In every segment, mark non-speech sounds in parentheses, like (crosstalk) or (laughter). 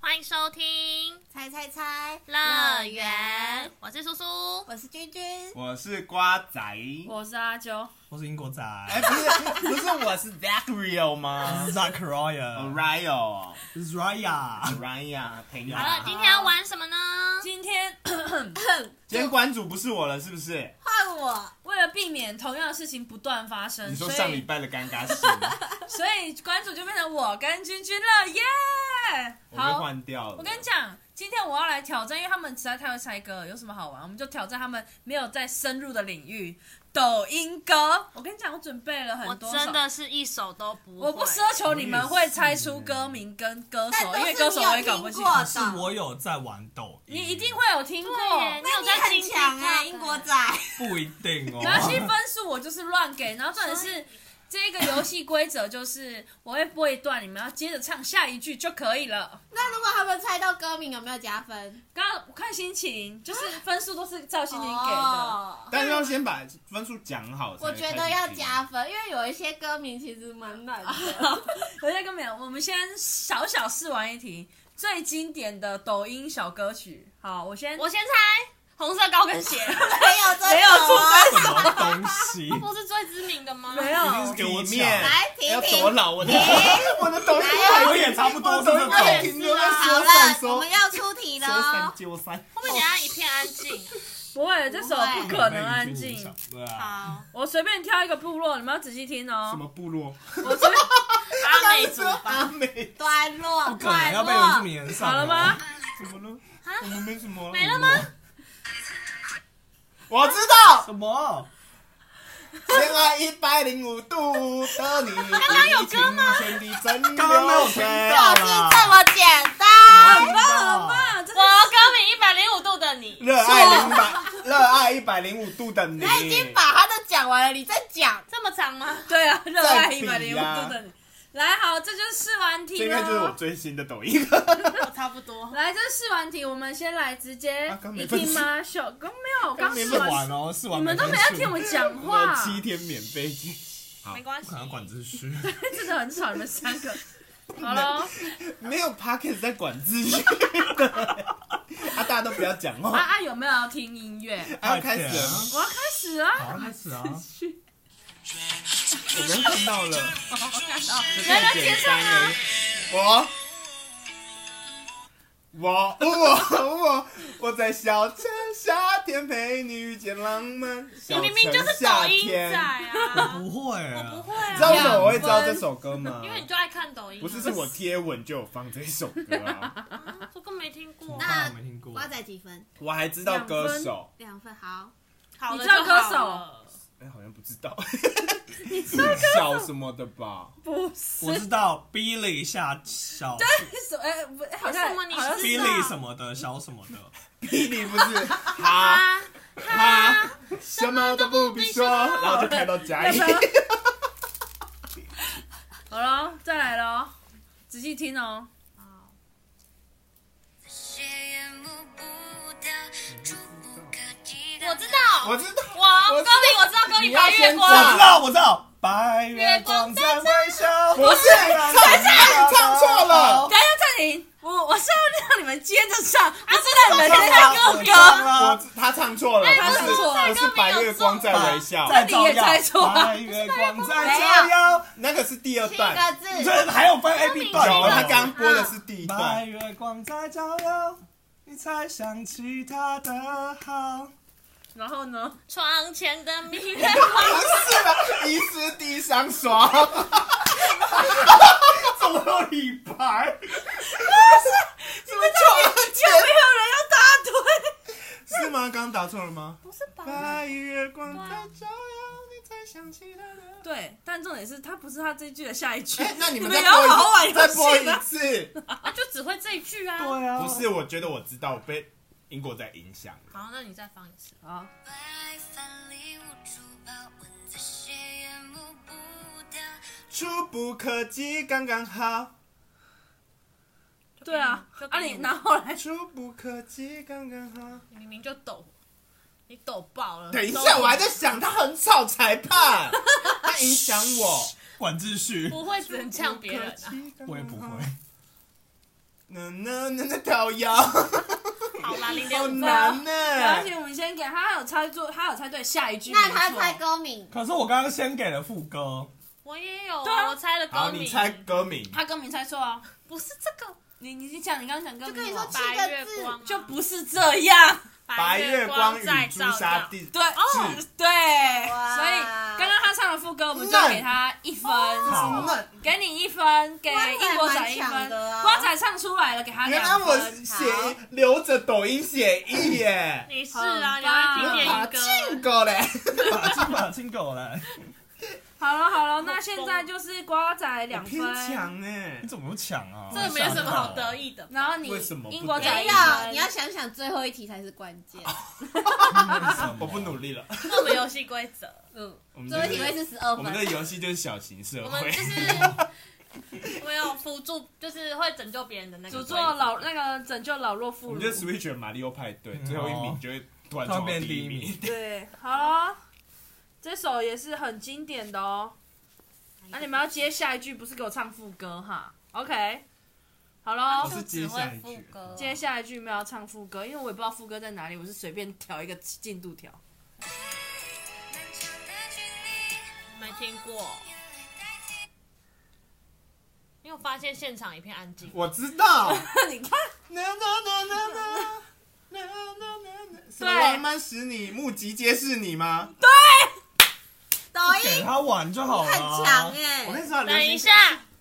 哎猪，我是君君，我是瓜仔，我是阿啾，我是英国仔 (laughs) 哎，不是，不是，我是 Zachario 吗，Zakaria，Raya， ？Rio，Rio，朋友好。了，今天要玩什么呢？今天 (coughs) 今天关主不是我了，是不是？换我。为了避免同样的事情不断发生，你说所上礼以拜的尴尬事，所以关主就变成我跟君君了，耶、我被好，换掉了。我跟你讲，今天我要来挑战，因为他们实在太会猜歌了，有什么好玩？我们就挑战他们没有在深入的领域，抖音歌。我跟你讲，我准备了我很多首，真的是一首都不会。我不奢求你们会猜出歌名跟歌手，但因为歌都是手你我有也听搞不过清。的，是我有在玩抖音，你一定会有听过，对耶，你有那在你听很强啊，英国仔。不一定哦。没关系， (laughs) 分数我就是乱给，然后重点是。这个游戏规则就是我会播一段，你们要接着唱下一句就可以了。 (laughs) 那如果他们猜到歌名，有没有加分？刚刚我看心情，就是分数都是照心情给的。哦但是要先把分数讲好。我觉得要。加分，因为有一些歌名其实蛮 (laughs) 难的。有些根本， (laughs) 我们先小小试玩一题，最经典的抖音小歌曲。好，我先我先猜红色高 (laughs) 跟鞋，没有这没有种啊什么东西？不是最知名的吗？没一定是有，给我里面讲。来，婷要婷，多老？我的我的抖音我也差不多是这我也种。停留在哎好说了三，我说们要出题了说三哦。就三。会不会等一下一片安静啊？不会，这首不可能安我也觉得静很。少。对啊，好，我随便挑一个部落，你们要仔细听什哦。么部落？我随便阿美族阿吧，美段落，不可能段要被人这落么。严上。好了吗？？怎么了？我们没什么了。没了吗？我知道，什么？恋爱一百零五度的你，刚刚有歌吗？刚刚刚没有听到就是啦。这么简单。很棒，很棒。啊，这我歌名一百零五度的你，热爱零百，热爱一百零五度的你，他已经把他的讲完了，你再讲。嗯这么长吗？对啊，热爱一比百零五呀度的你。来，好，这就是试玩这题应该就是我喽。最新的抖音。我差不多。来，这是试玩题，我们先来直接啊刚没你分听吗？小刚没有，刚没试试完完，哦，试完。你们都没要听我讲话我， (laughs) 七天免费见，没关不系可，能管秩序。真的很吵，你们三 (laughs) 个。好喽，没有 p o c k e t 在管秩序的，啊，大家都不要讲啊话，啊，有没有要听音乐？啊，要开始了吗，我要开始啊！好，开始啊！我们看到了，这来来太接简上单啊了，！我。我我我我在小城夏天陪你遇见浪漫，你小明明就城是夏抖音天仔啊！不会，我 (laughs) 不会你知道为啊，什么我会知道这首歌吗？因为你就爱看抖音啊。不是，是我贴文就有放这首歌啊， (laughs) 啊，这个没听过。那我没听过。瓜仔几分？我还知道歌手，两分，好。好你的知道就歌手好了。哎、好像不知道， (laughs) 小什么的吧？不是，我知道 Billy 下小什么？ (laughs) 哎，不，哎好像为什么你好像知道 Billy 什么的小什么的，霹雳不 (laughs) 是哈啊，哈，什么都不必说，然后就开到甲乙要，不要 (laughs) 好了，再来喽，仔细听哦。我知道，我知道，我我知道歌名我知道，歌名白月我光。知道，我知道，白月光在微笑。不是，等一下，你唱错了等。一下暂停，我我是要让你们接着唱，不啊是让你们接着我歌知道我了，知他唱错了，他不是是我啊哎我是白月光在微笑，在那你照也猜错耀，了白月光在照耀。那个是第二七段，个字。你这还有分 A B 段有的？他刚播的是第一白段，月光在照耀，你才想起他的好。然后呢？床前的明月不啊是啦，疑是地上 (laughs) 霜，怎么有李白？怎么唱？没有人要答对。是吗？刚刚答错了吗？不是吧？白月光在照耀，你才想起他的。对，但重点是他不是他这一句的下一句。哎，那你你们们也再要播好好玩一游再播戏一吧。(laughs) 次。啊，就只会这一句啊。对啊，不是，我觉得我知道，我被英国在影响了。好，那你再放一次。好，白帆里无处保，蚊子血也抹不掉。触不可及，刚刚好。嗯对啊就，啊给你你拿后来，触不可及，刚刚好。你明明就抖，你抖爆了。等一抖下，我还在想，他很吵，裁判，他影响我。管秩序，不会只能呛别人啊。我也不会。那那那那跳摇，好啦，零点好五分。难呢、 (laughs) 而且我们现先给他有猜对，他有猜对下一句。那他没错猜歌名，可是我刚刚先给了副歌，我也有，对啊我猜了好，高你明，猜歌名，他歌名猜错啊！不是这个，你你你讲，你刚刚讲歌就名跟你好说不好七白个月字，光啊就不是这样，白月光与在朱照砂耀。地对哦是对，哇所以刚刚他唱了副歌，我们就给他一分，嗯好闷。给你一分，给英国仔一哦瓜仔蛮强分的，啊瓜仔唱出来了，给他原来两我分。写留着抖音写意耶，你是啊，很你要棒听电把音歌进。狗嘞，金马金狗来，好了好了，那现在就是瓜仔两偏分，强哎你，怎么不抢啊？这没什么好得意的吧，然后你为什么不英国仔没一有，分，你要想想最后一题才是关键。我不努力了。那我们游戏规则，嗯，我们最后一题会的是十二我们的分。游戏就是小型社我们会就，是 (laughs) 没有辅助，就是会拯救别人的那个规诅咒则。老那个拯救老弱我妇们孺就。Switch 马里奥派对，嗯最后一哦名就会突然突冲然到变第第一一名名。对，好了，这首也是很经典的哦。那、你们要接下一句，不是给我唱副歌哈？OK，好他喽就，是只接会下一副句歌接下一句没有要唱副歌，因为我也不知道副歌在哪里，我是随便调一个进度条。漫长的距离，没听过。眼泪代替。因为我发现现场一片安静，我知道， (laughs) 你看， na na na na na na na na na，什么对浪漫使你目击皆是你吗？抖给音他玩就好了。很强我哎，跟你说，流等行一下，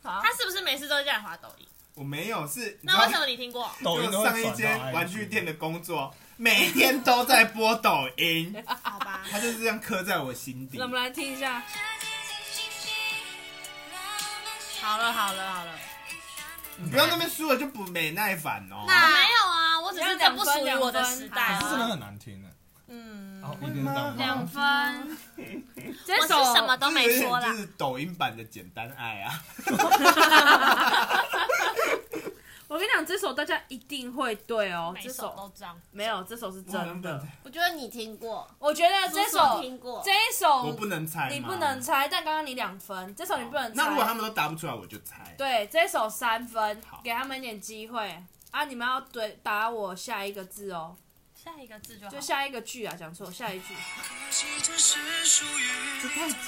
好他是不是每次都这样滑抖音？我没有是，你知那道为什么你听过？抖音就都上会一转间到 IG 玩具店的工作，每天都在播抖音，好吧，他就是这样刻在我心底那。我们来听一下。好了好了好了，你不要那边输了就不美耐烦哦。那啊没有啊，我只是这不属于我的时代可是真的啊。很难听呢。嗯，哦，一定是当两妈。分，这我是首什么都没就是说就啦。是抖音版的简单爱啊，我跟你讲，这首大家一定会对哦。每这首首都这样，没有，这首是我原真的本。我觉得你听过，我觉得这叔叔首听过这，一我首不能猜吗，你不能猜，但刚刚你两分，这首你不能猜。那如果他们都答不出来，我就猜。对，这首三分好，给他们一点机会啊！你们要对打我下一个字哦，下一个字就好就。下一个句啊，讲错，下一句。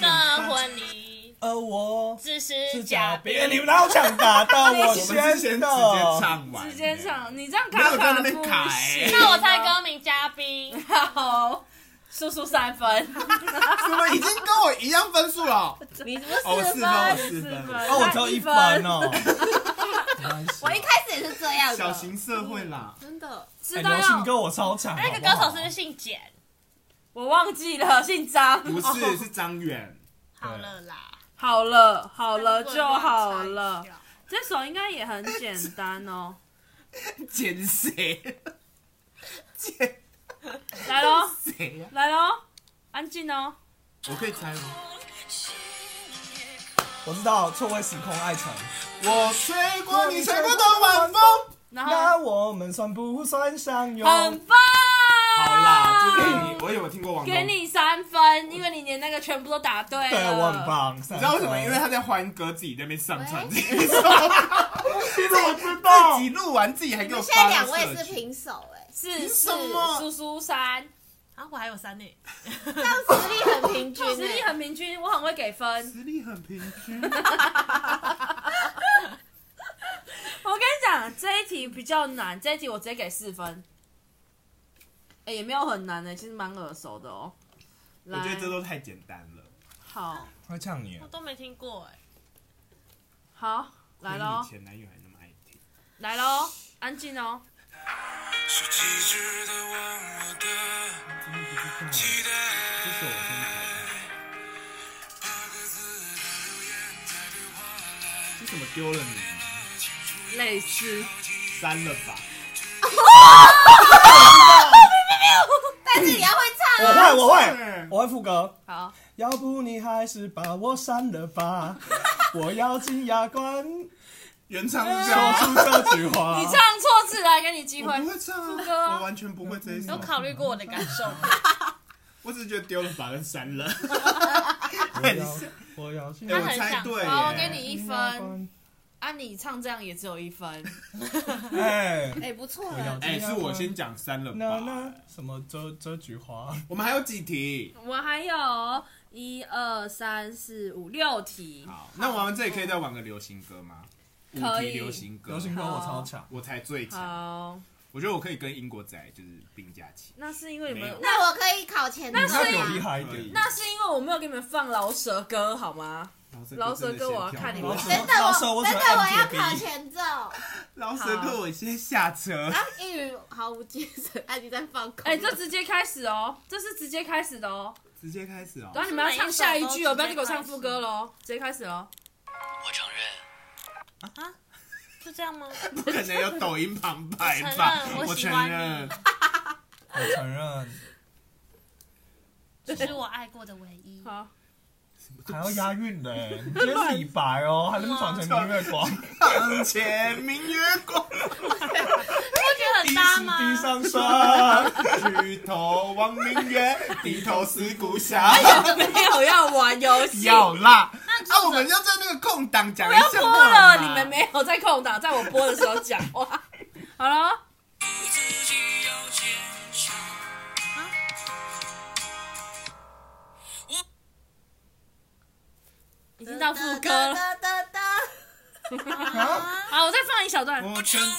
嗯的婚礼而呃我只是假别别你们老想打到我我们之前直先接的。唱完，直接上，你这样没卡有在卡那不边卡行欸。那我猜歌名嘉 (laughs) 宾，好，叔叔三分，怎么啊已经跟我一样分数了？你是哦，我不四是分，我吗？四四分分，哦，我只有一分哦。没关系我一开始也是这样小的，型社会啦。真的。知哎道流行要歌我超强。那个歌手是不是姓简？我忘记了，姓张。哦不是，是张远。好了啦，好了，好好了就好啊了。。这首应该也很简单 (laughs) 哦，剪谁？剪来喽，谁呀？来喽，安静哦。我可以猜吗？我知道，错位时空爱城。我吹过你吹过的晚风。然那后我们算不算相拥？很棒，好啦，这给你，我有听过王。给。你三分，因为你连那个全部都答对了。对，我很。棒。你你知道为什么？因为他在欢歌，自己在那边上传自己，你怎么知自道？己录完自己还给我现发在到两位社是群平手哎，是是什么叔叔三，啊，我还有三呢。这样实力很平均欸，实力很平均，我很会给分。实 (laughs) 力很平均。我跟你讲，这一题比较难，这一题我直接给四分。哎、也没有很难的、其实蛮耳熟的哦。我来，觉得这都太简单了。好会呛你我。都没听过哎、好来喽比你，前男友还那么爱听。来喽，安静哦。是极致的忘我的真的不知道，期待，这是我真的才八个字的留言才对话来，知道。这怎么丢了你？类似，删了吧。但是你要会唱我啊。会，我会，我会副歌。好，要不你还是把我删了 (laughs) 吧，我咬紧牙关原唱是这说样出 (laughs) 这句话。你唱错字来，给你机我不会。会唱副歌啊啊，我完全不会这一有首。考虑过我的感受吗？我只是觉得丢了吧跟删 (laughs) 了。我咬，我咬紧他哎，我很猜对耶。好，我给你一牙分。关。啊，你唱这样也只有一分，哎，哎，不错我要了，这哎、样是我先讲三了那吧那？什么遮遮菊花？我们还有几题？我还有一二三四五六题，好，那我们这里可以再玩个流行歌吗？五可题以流行歌，流行歌好我超强，我才最强。好，我觉得我可以跟英国仔就是并驾齐。那是因为你没们有，那我可以考前啊那你要所比以我厉害一点。那是因为我没有给你们放饶舌歌好吗？饶舌歌我要看你们们。真等的等老师啊我，我等只等能我按要 PB 考前奏啊！饶舌歌我先下车。英语毫无精神，啊，你在放空。哎、这直接开始哦，这是直接开始的哦。直接开始哦然。后你们要唱下一句哦，不要再给我唱副歌喽，直接开始哦喽。我承认， (laughs) 是这样吗？不可能有抖音旁白吧？我我承承认认，我承认，这 (laughs) 是我爱过的唯一。好，还要押韵的，哎你今天是李白哦，还是床前明月光？床前明月光，不觉得很搭吗？低上霜，举头望明月，低头思故乡。 (laughs) 没有要玩游戏，要辣。啊，我们要在那个空档讲不一要下播话嘛了，你们没有在空档，在我播的时候讲话。 (laughs) 好了，你自己要坚强。已经到副歌了。哒哒哒哒好，我再放一小段。我真承认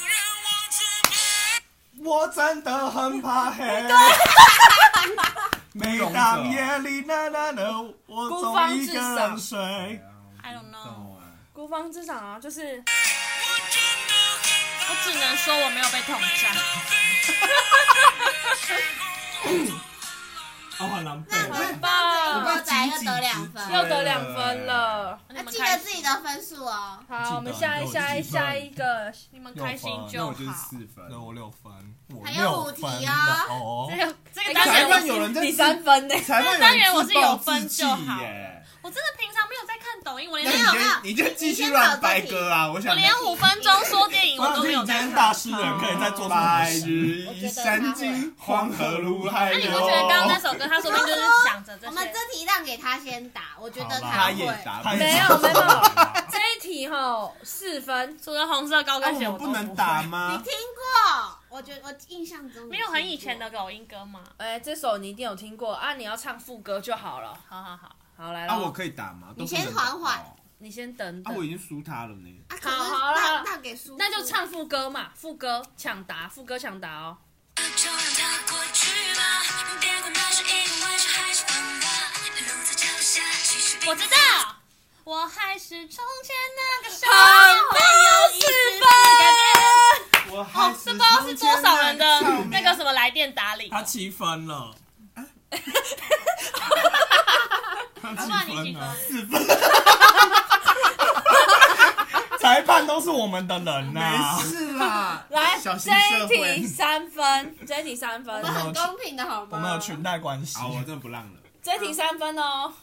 我自卑。我真的很怕黑。 (laughs) 每当夜里呐呐呐，我总一个人哎睡。 I don't know，孤芳自赏啊，就是我只能说我没有被统战。哦，很狼我狈。们帮棒啊着仔又得两又分，得两分了。那那你们记得开自己的分数哦。好，我们下一下一下一个，你们开心那就我就是好。四分。那我六分，我还六有分五题了啊哦。这个当单然裁元判我有人在你三分呢？裁判当有然我人是自有暴分自就弃好耶。我真的平常没有在看抖音，我那连你没有没有就你就继续乱掰歌啊！我我想连五分钟说电影我啊我想都没听你有今在天看。大诗人可以在做什么白事？日依山尽，黄河入海那流。你不觉得刚刚那首歌，他说不定就是想着这我们些？这题让给他先答，我觉得好啦他会。也答不他也没有没答 (laughs) 有，这一题哈四分，除了红色高那跟我鞋，我们都不能会打你吗？听过？我觉得我印象中没有很以前的抖音歌嘛。哎，这首你一定有听过啊，你要唱副歌就好了。好好好，好来啊，我了，可以打吗？你哦先缓缓你先等啊，我等，已经输他了呢。啊，可好是好了好那了那给叔，那就。唱副歌嘛，副歌抢答，副歌抢答哦。就让它过去吧，别管它是一个玩笑还是放大，路在脚下，其实并我知道，我还是从前那个小好朋友，一直不啊改变。我还哦，这不知道是多少人的那个什么来电打理，他七分了，他不然你几分？四分，裁判都是我们的人呐没。事啦。来，小这型社一会题三分， (laughs) 这一题三分我，们很公平的好吗？我们有裙带关系好，。我真的不让了。这一题三分哦。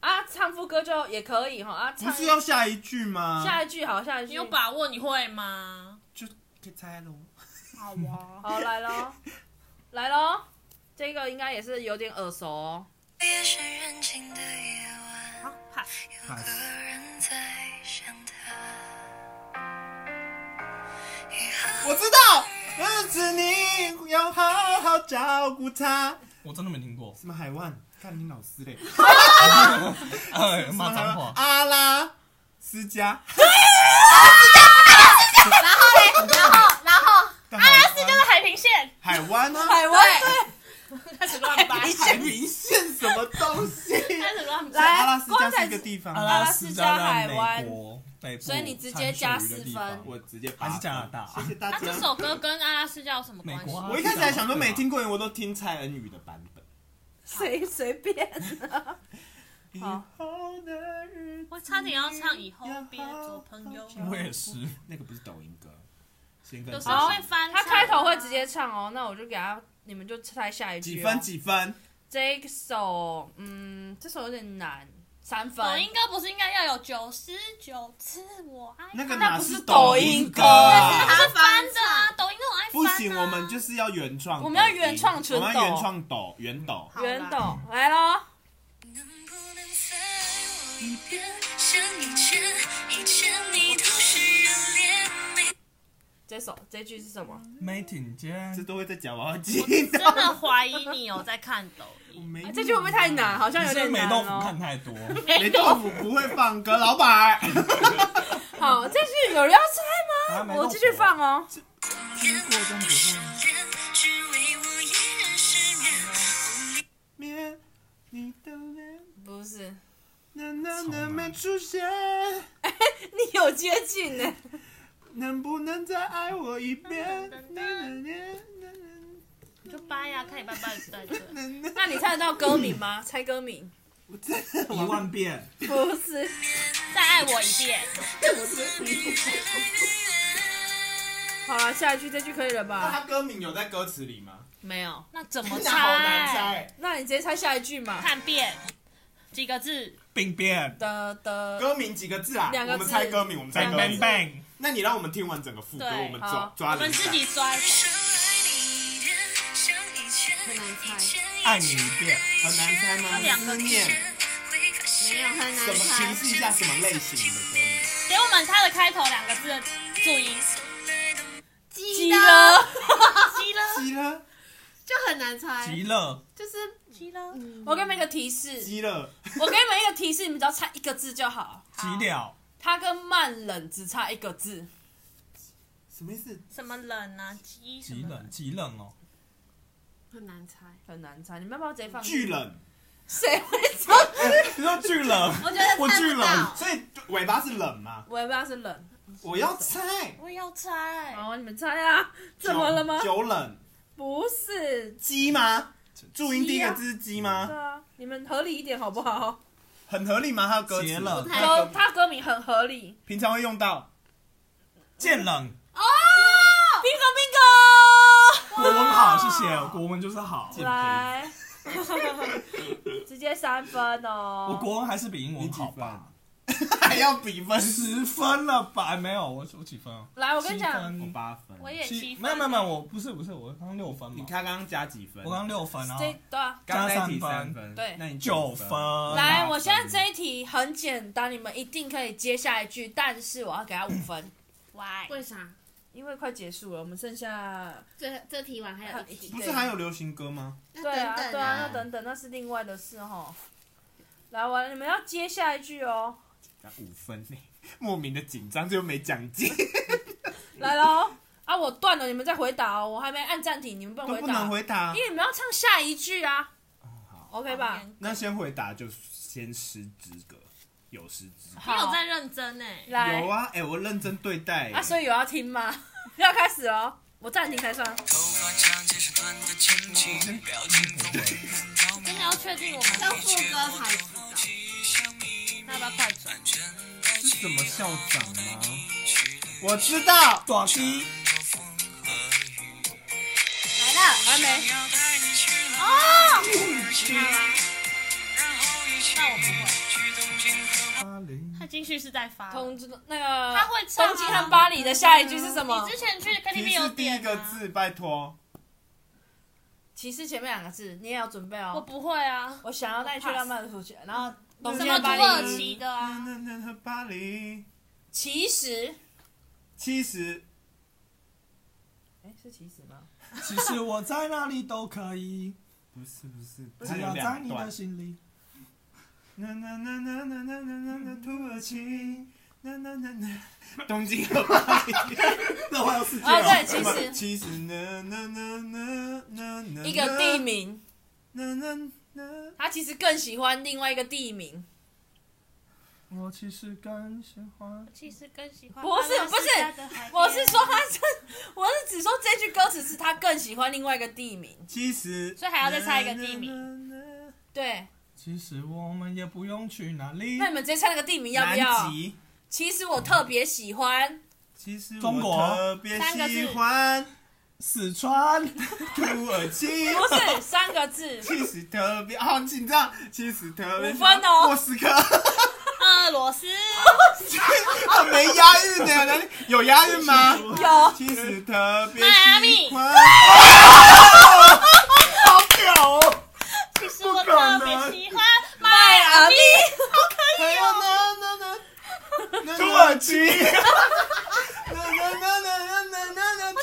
啊，唱副歌就也可以哈啊，不唱是要啊下一句吗？下一句好，下一你句有把握你会吗？就可以猜喽。好哇，好来喽，来喽，这个应该也是有点耳熟哦。夜深人静的夜晚，怕有个人在想他。遗憾我知道，日子你要好好照顾他。我真的没听过。什么海湾？看你老师嘞，哎，骂脏话。阿拉斯加，然后嘞，然后然后阿拉斯就是海平线，海湾啊，海味，开始乱掰，海平线什么东西？开始乱掰。来阿拉斯加是一个地方阿吗，拉斯加在美国北部，所以你直接加四分产水的地方我直接还是加拿大谢谢大他这家。首歌跟阿拉斯加有什么美关系国、？啊。我一开始还想说没听过，我都听蔡恩宇的版本。谁随便？以好后的日我差点要唱以后别做朋友，我也是，那个不是抖音歌，先跟有时候会翻唱。他开头会直接唱哦，那我就给他，你们就猜下一句、几哦。分？几分？这一首，嗯，这首有点难，三分。抖音歌不是应该要有九十九次我爱那你？个那哪不是抖抖音歌歌啊？他翻翻的啊，抖音那种不爱翻、啊、行，我们就是要原创抖音，我们要原创纯我抖们要原创抖原抖。袁董来喽，能不能再我一遍，像以前，以前你偷笑这首这句是什么？没听见这，都会在讲，我要记真的怀疑你有在看抖音。没啊这句会不会太难？好像你有是点不是没难豆腐看哦。太 (laughs) 多，啊没豆腐不会放歌，老板。好，这句有人要猜啊吗？没豆腐我继续放哦。面，你的脸，不是，难难难没出现， (laughs) 你有接近呢。能不能再爱我一遍？你就掰呀，看你掰不掰得对对。那你猜得到歌名吗？猜歌名？一万遍， (laughs) 不是，再爱我一遍，好了，下一句这句可以了吧？他歌名有在歌词里吗？没有，那怎么那好难猜？猜，那你直接猜下一句嘛。看遍几个字，病变的的，歌名几个字啊？两个我字们猜歌名，我们猜歌，bang bang 名。 bang，那你让我们听完整个副歌，对我们好抓抓我了一们自下。己摔。很难猜，爱你一遍，很难猜吗？两个字思念没有很什难猜。么？提示一下什么类型的歌名？给我们它的开头两个字的注音，鸡了鸡了鸡了，就很难猜极，乐，就是鸡了，我给你们一个提示，鸡了，我给你们一个提示，你们只要猜一个字就好。极了，它跟慢冷只差一个字，什么意思？什么冷啊，鸡什极么冷，极冷哦，很难猜。很难猜。你们要不要直接放？巨冷，谁会猜？你说巨冷，我觉得我猜巨不到冷，所以尾巴是冷吗？我也不知道是冷。我要猜，我要猜，哦，你们猜啊？怎么了吗？九冷不是，鸡吗？注音第一个字是鸡对吗？啊，你们合理一点好不好？很合理吗？它的歌结词了太歌它歌名很合理。平常会用到。见冷， bingo 国文好，谢谢，国文就是好， bingo，来， (laughs) 直接三分我哦。国文还是比英文好吧？ (laughs) 还要比分？十分了吧？哎没有，我我几分啊？来，我跟你七讲，分我八分。我也七七，分。没有没有没有，我不是不是，我刚六分你嘛，看刚刚加几分？我刚六哦分啊，这对啊。刚加那三一题分三分，对那你九分。哦来，我现在这一题很简单，你们一定可以接下一句，但是我要给他五分， Why？为啥？ (coughs) 因为快结束了，我们剩下这这题完还有一题，不是还有流行歌吗？那对啊等对等啊，那啊，等等那是另外的事哈。来，我你们要接下一句哦，五分 (laughs) 呢，莫名的紧张，就没奖金，嗯来喽啊，我断了，你们再回答哦，我还没按暂停，你们不能都回不答能，回答哦因。为你们要唱下一句啊好，OK 吧？那先回答就先失之格，有失之格。你有好，在认真呢、来有啊，哎、我认真对待、啊，所以有要听吗？ (laughs) 要开始哦，我暂停才算。真的要确定我们要副歌才知道。那要不要快转？是什么校长吗？我知道，短期来了，还没，那我不会，他金旭是在发。通知那个他会唱啊东京和巴黎的下一句是什么你？之前去 KTV 提有示第一点、个啊，字，拜托。骑士前面两个字，你也要准备我哦。不会啊，我想要带你去浪漫的土去，然后东什京么和土巴耳黎。其的啊，那那和巴黎，其实，其实哎，是其实吗？其实我在哪里都可以，不是不是，只要在你的心里。那那那那那那那那那土耳其，那那那那东京和巴黎，那环游世界啊对什么其其实那那那那那那一个地，名，那那那 (laughs) 他其实更喜欢另外一个地名，我其实更喜欢其实更喜欢不是不是， (laughs) 我是说他是， (laughs) 我是只说这句歌词是他更喜欢另外一个地名，其实，所以还要再猜一个地名名，对，其实我们也不用去哪里那。你们直接猜那个地名要不南要？极。其实我特别喜 (laughs) 欢，其实中国我特别喜欢四川，土耳其。不是三个字，其实特别好紧张，其实特别五分哦莫斯科俄罗斯，啊没押韵的，哪里有押韵吗？有其实特别迈阿喜密欢。好屌哦！ (laughs) 其实我特别喜欢迈迈阿密，还有呢呢呢，土耳其，呢呢呢呢呢呢呢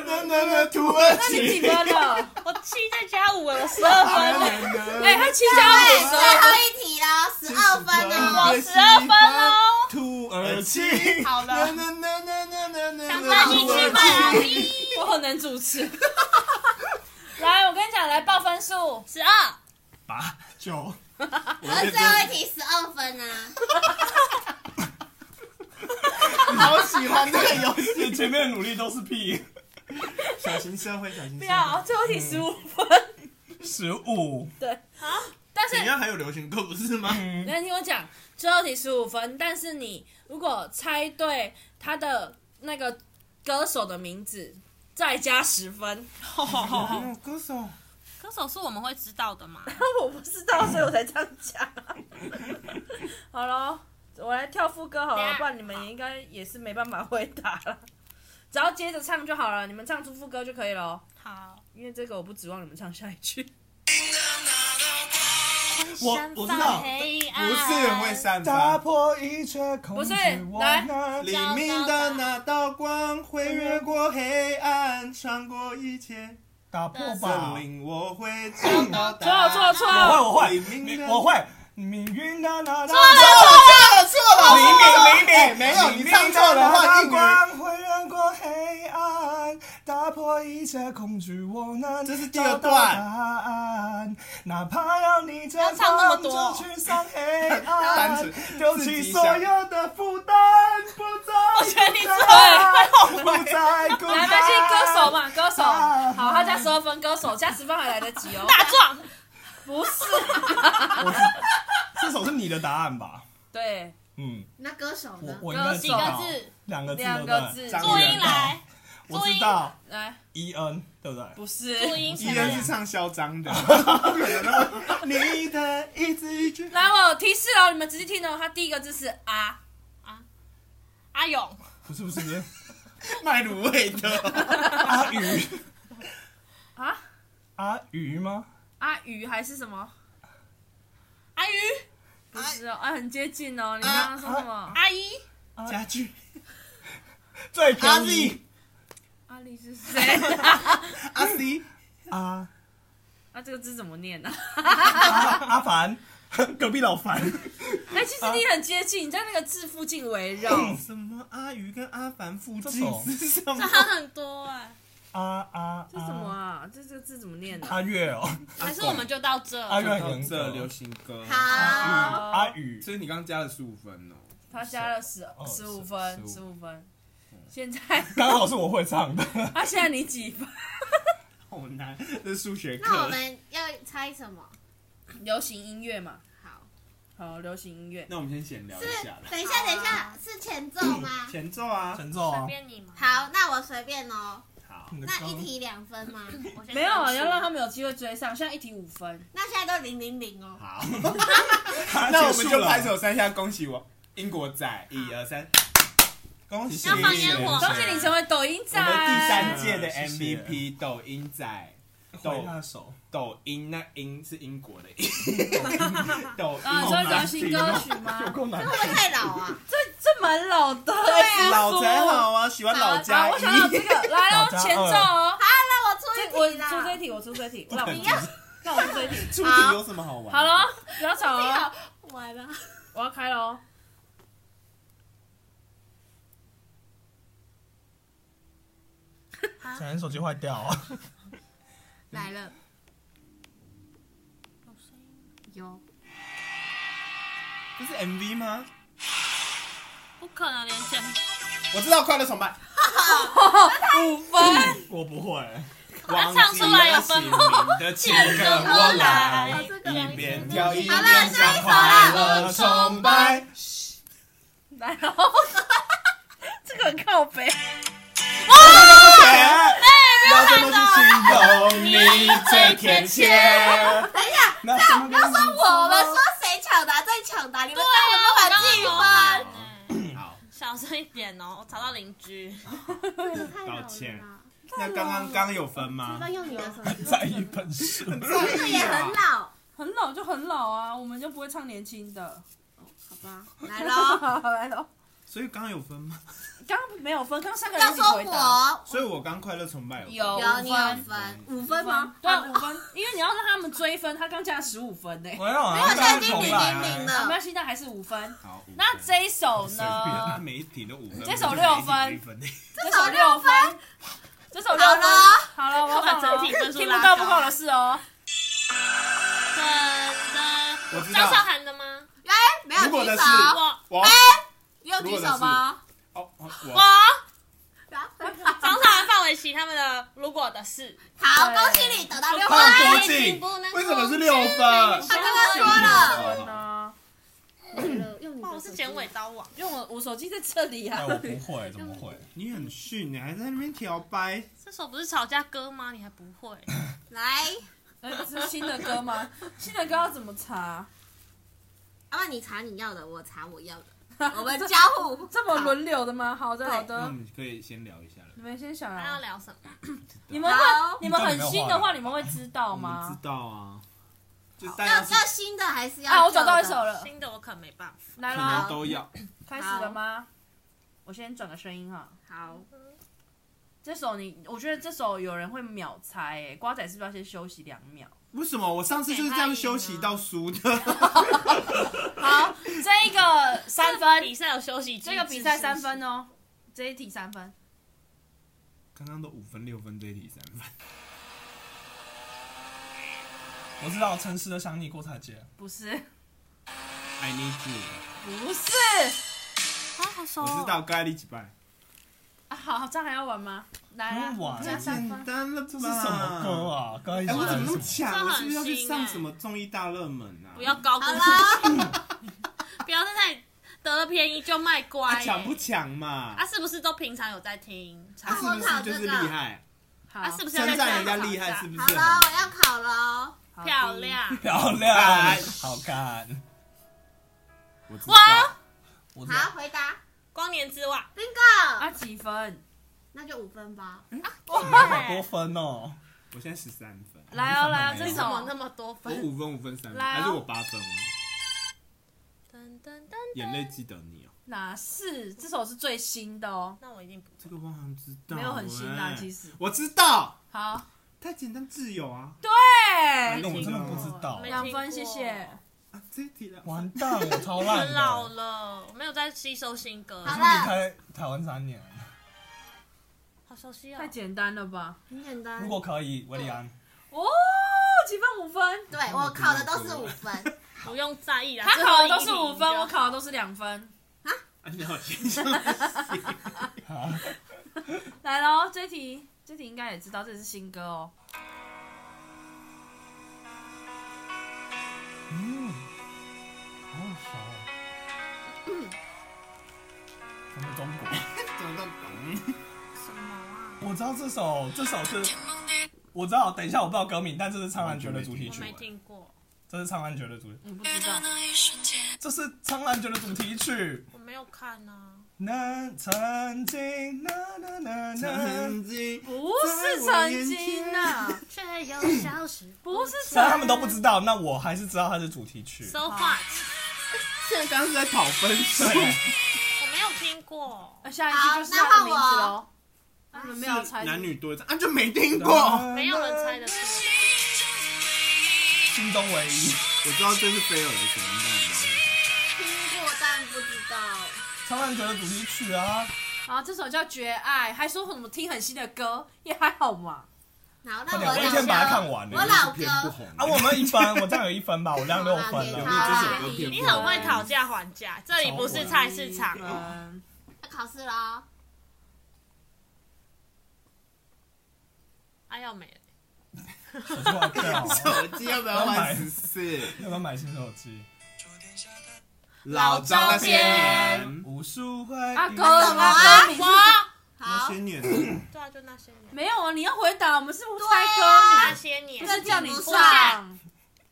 那你几分了？我七再加五，我 (laughs) 十二分了， (laughs) 哎，他七加五十最 (laughs) 二后分，一题喽，十二分哦。我十二分喽。土耳其，好了呐呐呐呐呐呐呐想带你去啊马拉地， (laughs) 我很能主持。来，我跟你讲，来报分数，十二，八 (laughs) 九，而最后一题十二分啊，好喜欢这个游戏， (laughs) 你前面的努力都是屁。小型社会，小型不社要，会。啊最后一题十五分。十五， (laughs) 对，好，但是你要还有流行歌不是吗？那听我讲，最后题十五分，但是你如果猜对他的那个歌手的名字，再加十分。哦，歌手，歌手是我们会知道的嘛？ (laughs) 我不知道，所以我才这样讲。 (laughs) 好了，我来跳副歌好等一了，下不然你们也应该也是没办法回答了。只要接着唱就好了，你们唱出副歌就可以了哦。好，因为这个我不指望你们唱下一句。我我知道，黑不暗是人会散打发。破一切恐惧不是，我来能黎明的那道光会越过黑暗，穿过一切打破吧森。林，我会找到答错案。错错！我会，我黎明会，的我会。命运的那道错了错了，明明哎没有，你唱错的话，应援。光会越过黑暗，打破一切恐惧，我能这是第找二段到答案。哪怕要你这要唱那么多光中去上 (laughs) 黑单暗纯，丢自己弃想所有的负担，不再，我觉得你对不再孤来，单。那些歌手嘛，歌手，啊好，他加十二分，歌手加十分还来得及 (laughs) 哦。大壮，不是，这首是你的答案吧？对，嗯，那歌手我呢？我应该歌知手道几个字，两个字，两对不个对字。张注音来，我注音知道来，伊恩，对不对？不是，注音依前然是面，唱嚣张 (laughs) 的。你的一字一句，来，我有提示哦，你们仔细听哦，它第一个字是啊，阿勇，不是不是 (laughs) 不是，卖卤味的，阿鱼啊阿鱼吗？阿鱼还是什么？阿鱼，不是哦，啊，很接近哦。你刚刚说什么？阿姨， (laughs) 家具，最阿便宜 Z，阿里是 (laughs) 谁？阿 Z，阿啊，这个字怎么念呢？阿阿凡，隔壁老樊， (laughs) 哎，其实你很接近，你在那个字附近围绕。嗯什么阿鱼跟阿凡附这近首是什么？差很多哎，阿阿这什么啊？这这个字怎么念呢？阿月哦，还是我们就到这，阿月很到严这流格，行歌，好，啊阿宇所以你刚刚加了十五分哦。他加了十哦十五分，十十五五分。现在刚好是我会唱的，啊，现在你几分？好难，这是数学那我课。们要猜什么？流行音乐嘛，好，啊好，流行音乐。那我们先闲聊一是下啦。等一下，等一下，是前奏吗？前奏啊，陈奏随啊，便你嘛。好，那我随便哦。好，你的那歌一题两分吗？我先没有，啊算数要让他们有机会追上。现在一题五分，那现在都零零零哦。好，啊那我结们束就了拍手三下，恭喜我英国仔，一二三，恭喜！要放烟火吗恭喜你成为抖音我仔。们第三届的谢谢 MVP 抖音仔，挥抖那首，抖音那音是英国 (laughs) 的音， (laughs) 抖啊，音你说流行歌 (laughs) 曲吗？有够难会不会太老啊？这这蛮老的。哎老才好啊，喜欢老家好，我想到这音。个，来喽，前奏哦。那我出这我一题啦。出这一题，我出这一题，我老你要那我出这一题。出题有什么好玩？好，了，不要吵了，完了。我要开喽。小人手机坏掉啊，来了。有，这是 MV 吗？不可能连前我知道《快乐崇拜五分， (laughs) 我不会，》，他唱出来有分吗忘记了姓名的情歌我来，这个一边跳一边好了下唱一首快啦乐崇拜。来喽。 (laughs) 这个很靠北，要怎么去形容你最贴切？等一下，那什么歌？我们说谁抢答再抢答，你们再有办法计分。好，小声一点哦，我吵到邻居。道歉。那刚刚刚有分吗？用你的手 (laughs) 机，在一本书，这个也很老，很老就很老啊，我们就不会唱年轻的。好吧？来喽，好，来喽。所以刚刚有分吗？刚刚没有分，刚刚三个人 (laughs) 要一起说回答。我所以我刚快乐崇拜有有有五你分有分五分吗？对啊，五分， (laughs) 嗯因为你要让他们追分，他刚加十五分呢、没有啊，没有，现在已经重零来零零啊没了。关系，那还是五分。分好，五分那这一首随便他呢？啊每一题都五分，呃这首我就六每一题一分。这首六分，这首六分。好 (laughs) 了，把我放了整 (laughs) 体分数听拉不高到不关我的事哦。我知张道韶，涵的吗？哎，没有如果的举是手，我我哎你有举手吗？哦哦我我张韶涵、范玮琪他们的《如果的事》，好，恭喜你得到六分。看国爱境情不能为什么是六分？他刚刚说了，分呢？哇，我是剪尾刀王。因为我我手机在这里啊 (laughs) 哎，。我不会，怎么会？你很逊，你还在那边调掰。这首不是吵架歌吗？你还不会？来，呃这是新的歌吗？新的歌要怎么查？阿曼你查你要的，我查我要的，我我 (laughs) 们交互这么轮流的吗？好的，好那我的。们可以先聊一下了。你们先想还要啊。聊什么？你们会好，你们很新的话，你们会知道我们吗知？道啊，就大要家要是新的还是要？啊，我找到一首。了，新的我可没办法。来可了能，都要。开始了吗？我先转个声音哈。好，这首你，我觉得这首有人会秒猜诶、瓜仔是不是要先休息两秒？为什么我上次就是这样休息到输的？好，这一个三这个 (laughs) (laughs) 分，比赛有休息机制，这个比赛三分哦，这一题三分。刚刚都五分六分，这一题三分。我知道，诚实的想你，郭采洁。不是， I need you，不是是。不是啊，好熟我哦。知道该你几拜。啊、好，这样还要玩吗？来啊不啦玩，加三简分。单了吧？这这是什么歌？啊？刚才一哎，直我怎么那在么什强？我是不是要这去很新上哎什么综艺大热门啊？不要高估好自了。己， (laughs) 不要在那里得了便宜就卖乖哎啊，欸。抢不抢嘛？啊，是不是都平常有在听？啊他是不是就是厉害？好，啊，是不是有称在赞人家吵架厉害是不是好很？了，我要考了哦。好漂。亮？漂亮，好看。我知哇道，我知好，道，回答光年之外，第一 bingo，、啊，几分？那就五分吧。好多分哦。我现在十三分，来哦，来哦，这为怎么那首么多我分？五分五分三分，来哦还是我八分？噔噔噔眼泪记得你哦，哪是？这首是最新的哦。那我一定不这个我好像知道，没有很新啊哎其实我知道，好，太简单自由啊对，那我真的不知道没听过两分，谢谢。啊，这一题了，完蛋，我超烂很的。老我了，我没有在吸收新歌好，是离开台湾三年。好熟悉太哦。简单了吧？很简单。如果可以，维里安。哦，几分？五分。对我考的都是五分，不用在意啦，他考的都是最后一题五分，我就考的都是两分。啊你好形 (laughs) 象，我啊来喽，这题这题应该也知道，这是新歌哦。嗯，好耳熟哦。他们中国，怎么都懂，我知道这首，这首是，我知道。等一下，我不知道歌名，但这是《苍兰诀》的主题我曲没。听过，这是《苍兰诀》的主，你不知道？这是《苍兰诀》的主题曲。我没有看啊。那曾经，那那那那，曾经不是曾经啊，。却又消失不是曾虽然他们都不知道，那我还是知道它是主题曲。 So what？现在刚刚是在讨分数，对我没有听过，呃下一句就是好他的那换名字我啊喽。你们没有猜啊男女多一张啊，就没听过，没有人猜得出。心中唯一。我知道这是菲尔的声音，但我不知道。听过但不知道。苍兰诀的主题曲啊，啊，这首叫《绝爱》，还说什么听很新的歌，也还好嘛。好，那快我点，老我一天把它看完我了。老偏不哥，红啊，我们一分，我这样有一分吧，我量六分啊好 (laughs) 了。啦因为这首歌偏不红你很会讨价还价，这里不是菜市场一哦。分要考试喽。哎要没了，手机坏掉，手机要不要换十四？要不要买新手机？老张那些年，无数回啊，歌什么啊啊歌名是那好些，年，对啊，就那些年，没有啊？你要回答，我们是不对啊猜歌那名，些年不是叫你不是唱。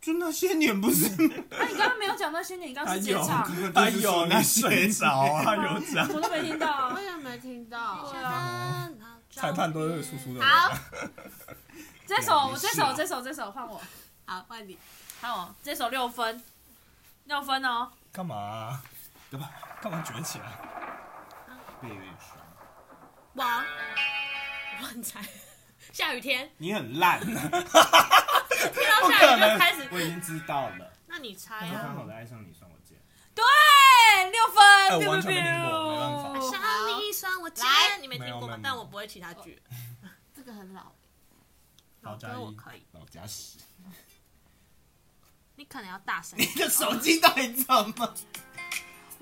就那些年不是？啊，你刚刚没有讲那些年，你刚刚是直接唱，哎呦，你睡着啊？有讲我都没听到啊 (laughs) 我。也没听到。对啊裁判都是叔叔的人。好，这首，没这事啊首，这首，这首换我，好换你。换我，这首六分，六分哦。干嘛啊？干嘛？干嘛卷起来？背有点爽。王，乱猜。下雨天，你很烂，听到不下可雨就能开始。我已经知道了。那你猜我刚啊？好的爱上你算我贱。对，六分，哎对我不完对？全没听过没办法想你算我贱来，你没听没有过没吗有？但没有我不会其他剧。这个很老，老家哥我一可以，老家屎，你可能要大声。你的手机到底怎么？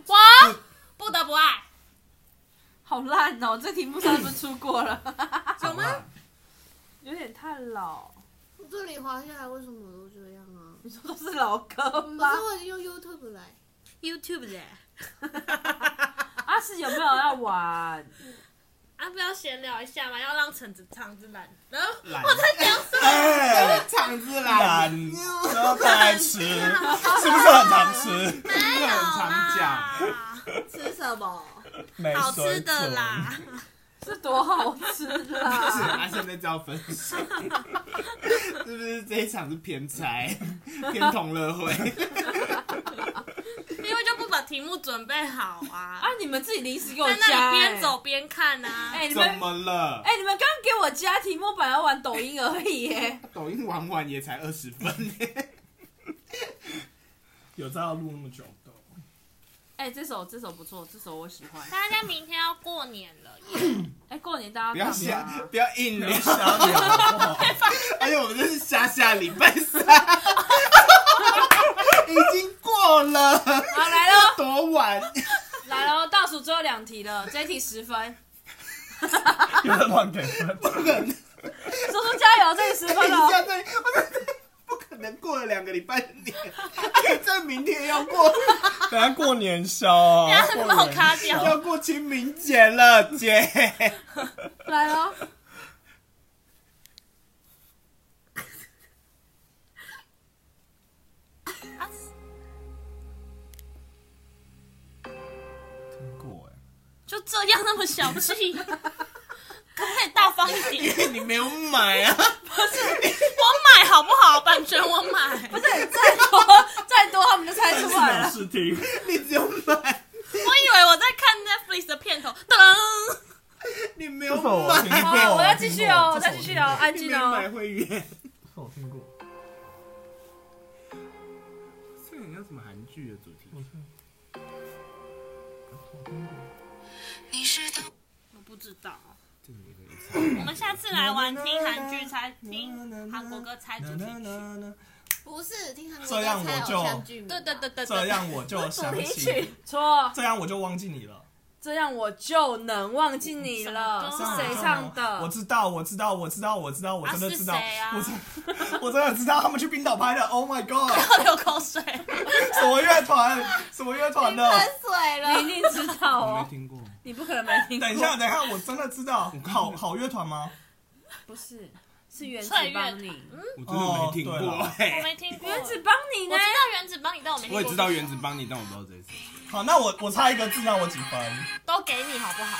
我不得不爱，好烂哦，这题目上分出过 (laughs) 了，怎么？有点太老。这里滑下来为什么都这样啊？你说都是老歌吗？可是我已经用 YouTube 来， YouTube 的阿四有没有要玩？啊，不要闲聊一下嘛，要让橙子唱自然。然后懒，哎，肠子懒，懒，真不爱吃，是不是很常吃？真的很常讲。 (laughs) 吃什么？没啊好水吃的准啦，这多好吃啊是啦！他现在知道分手，是不是这一场是偏差偏同乐会？因为就不把题目准备好 (laughs) 啊啊，，你们自己临时给我在加、那哎里边走边看啊。哎、你们怎么了？哎、你们刚给我加题目，本来玩抖音而已耶。抖音玩完也才二十分耶，有在要录那么久的？ (laughs) 哎、这首这首不错，这首我喜欢。大家明天要过年了耶，哎、过年大不家要干瞎嘛？，不要硬不聊要，瞎聊好不好？ (laughs) 而且我们这是下下礼拜三， (laughs) 已经过了，好来喽，多晚？来喽，倒数最后两题了，这一题十分，有人乱给分，不可能！叔叔加油，这里十等分一哦。下，哎这我真的不可能过了两个礼拜的年，这明天要过等下过年宵啊，过把我年卡宵 (laughs) 掉。要过清明节了， (laughs) 姐。来喽，听 (laughs) 过哎，就这样那么小气， (laughs) 可不可以大方一点？你没有买啊？我买好不好？版权我买， (laughs) 不是再多再多他们就猜出来 (laughs) 老了。是听，你只有买，我以为我在看 Netflix 的片头，噔，你没这有首我听买，啊好，过，我要继续哦，我再再继续哦，，安你静没有买哦。会员。这首我听过，这个很像什么韩剧的主题我曲？听你是懂我不知道。这个也可以我们下次来玩听韩剧猜，听韩国歌猜主题曲。过。不是听韩这样歌猜我就偶像剧名吧对对对对这对，样我就想起，错，这样我就忘记你了。这样我就能忘记你了。什是么歌谁唱的？我知道，我知道，我知道，我知道，我真的知道，啊是谁啊我真我真的知道，他们去冰岛拍的。Oh my god！ (laughs) 要 (laughs) 流口水。什么乐团？什么乐团的？喷水了。你一定知道我没 (laughs) 哦，听过。你不可能没听过。等一下，，等一下，我真的知道，好好乐团吗？不是，是原子翠乐帮团你。嗯我真的没听哦对过了我哎。没听过。原子帮你我呢知？道原子帮你，但我没听过。 (laughs) 我也知道原子帮你，但我不知道这一次。好，那我我猜一个字，让我几分？都给你好不好？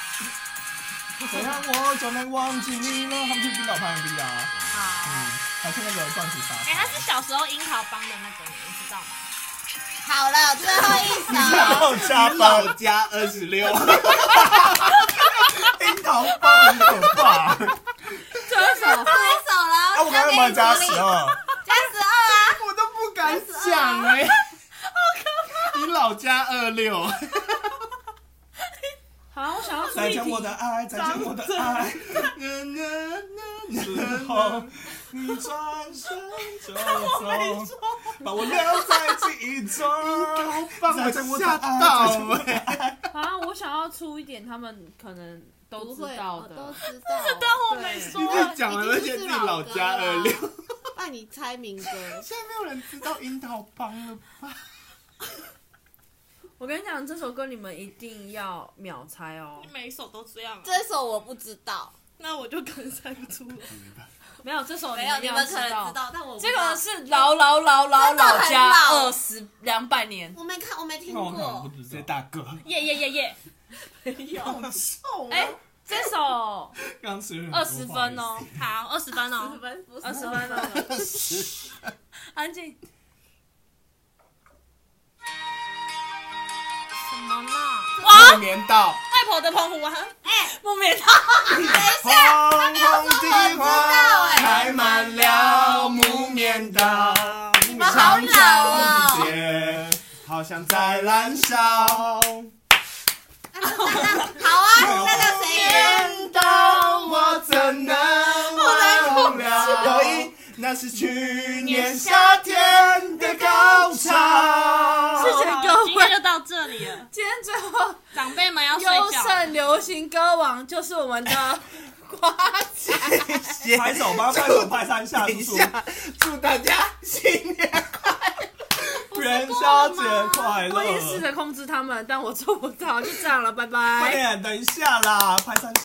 怎样我就能忘记你了？他们去冰岛拍 MV 啊，好。嗯，还去那个钻石沙哎、滩。他是小时候樱桃帮的那个，你知道吗？好了，最后一首。 (laughs) 要加包老家二十 (laughs) 六，樱桃包很可 (laughs) 怕。这首分手了，啊，我刚才有没有加十二？加十二啊！我都不敢 (laughs) 想哎。你老家二六，好，我想要出再一见我的题。爱，再见我的爱，之后你转身就走，把我留在记忆中。把我再见我的吓爱，再见到我的哎！啊，我想要出一点他们可能都知道哦都的。知道。 (laughs) 但我没说你啊这讲完，而且自己老啊家二六，现 (laughs) 那你猜民歌？在没有人知道樱桃帮了吧？我跟你讲，这首歌你们一定要秒猜哦。每一首都这样、啊， (laughs) 这首我不知道，那我就可能猜不出来。没有这首没有，你你们们一可定要能知。道，但我不这知个道是老老老老真的老很家老二十两百年。我没看，我没听那我可能不过。知谁道。大哥？耶耶耶耶！哎，这首刚吃了很多二十分哦，好，二十分哦。分不是 (laughs) 二十分哦，安静。什么呢？过年到，外婆头的澎湖啊湾，哎，木棉桃，等一下，红红的花开满了木棉道，你们好老啊哦好像在燃烧。好啊，那叫谁演？天道我怎能忘了？那是去年夏天的高谢潮。谢各今天位，就到这里了，今天最后长辈们要睡优觉。胜流行歌王就是我们 (laughs) 的瓜子，谢拍手吧，拍手拍三下，等一叔叔。下，祝大家新年快元宵节快乐！我也试着控制他们，但我做不到，就这样了，拜拜。快点，等一下啦，拍三下。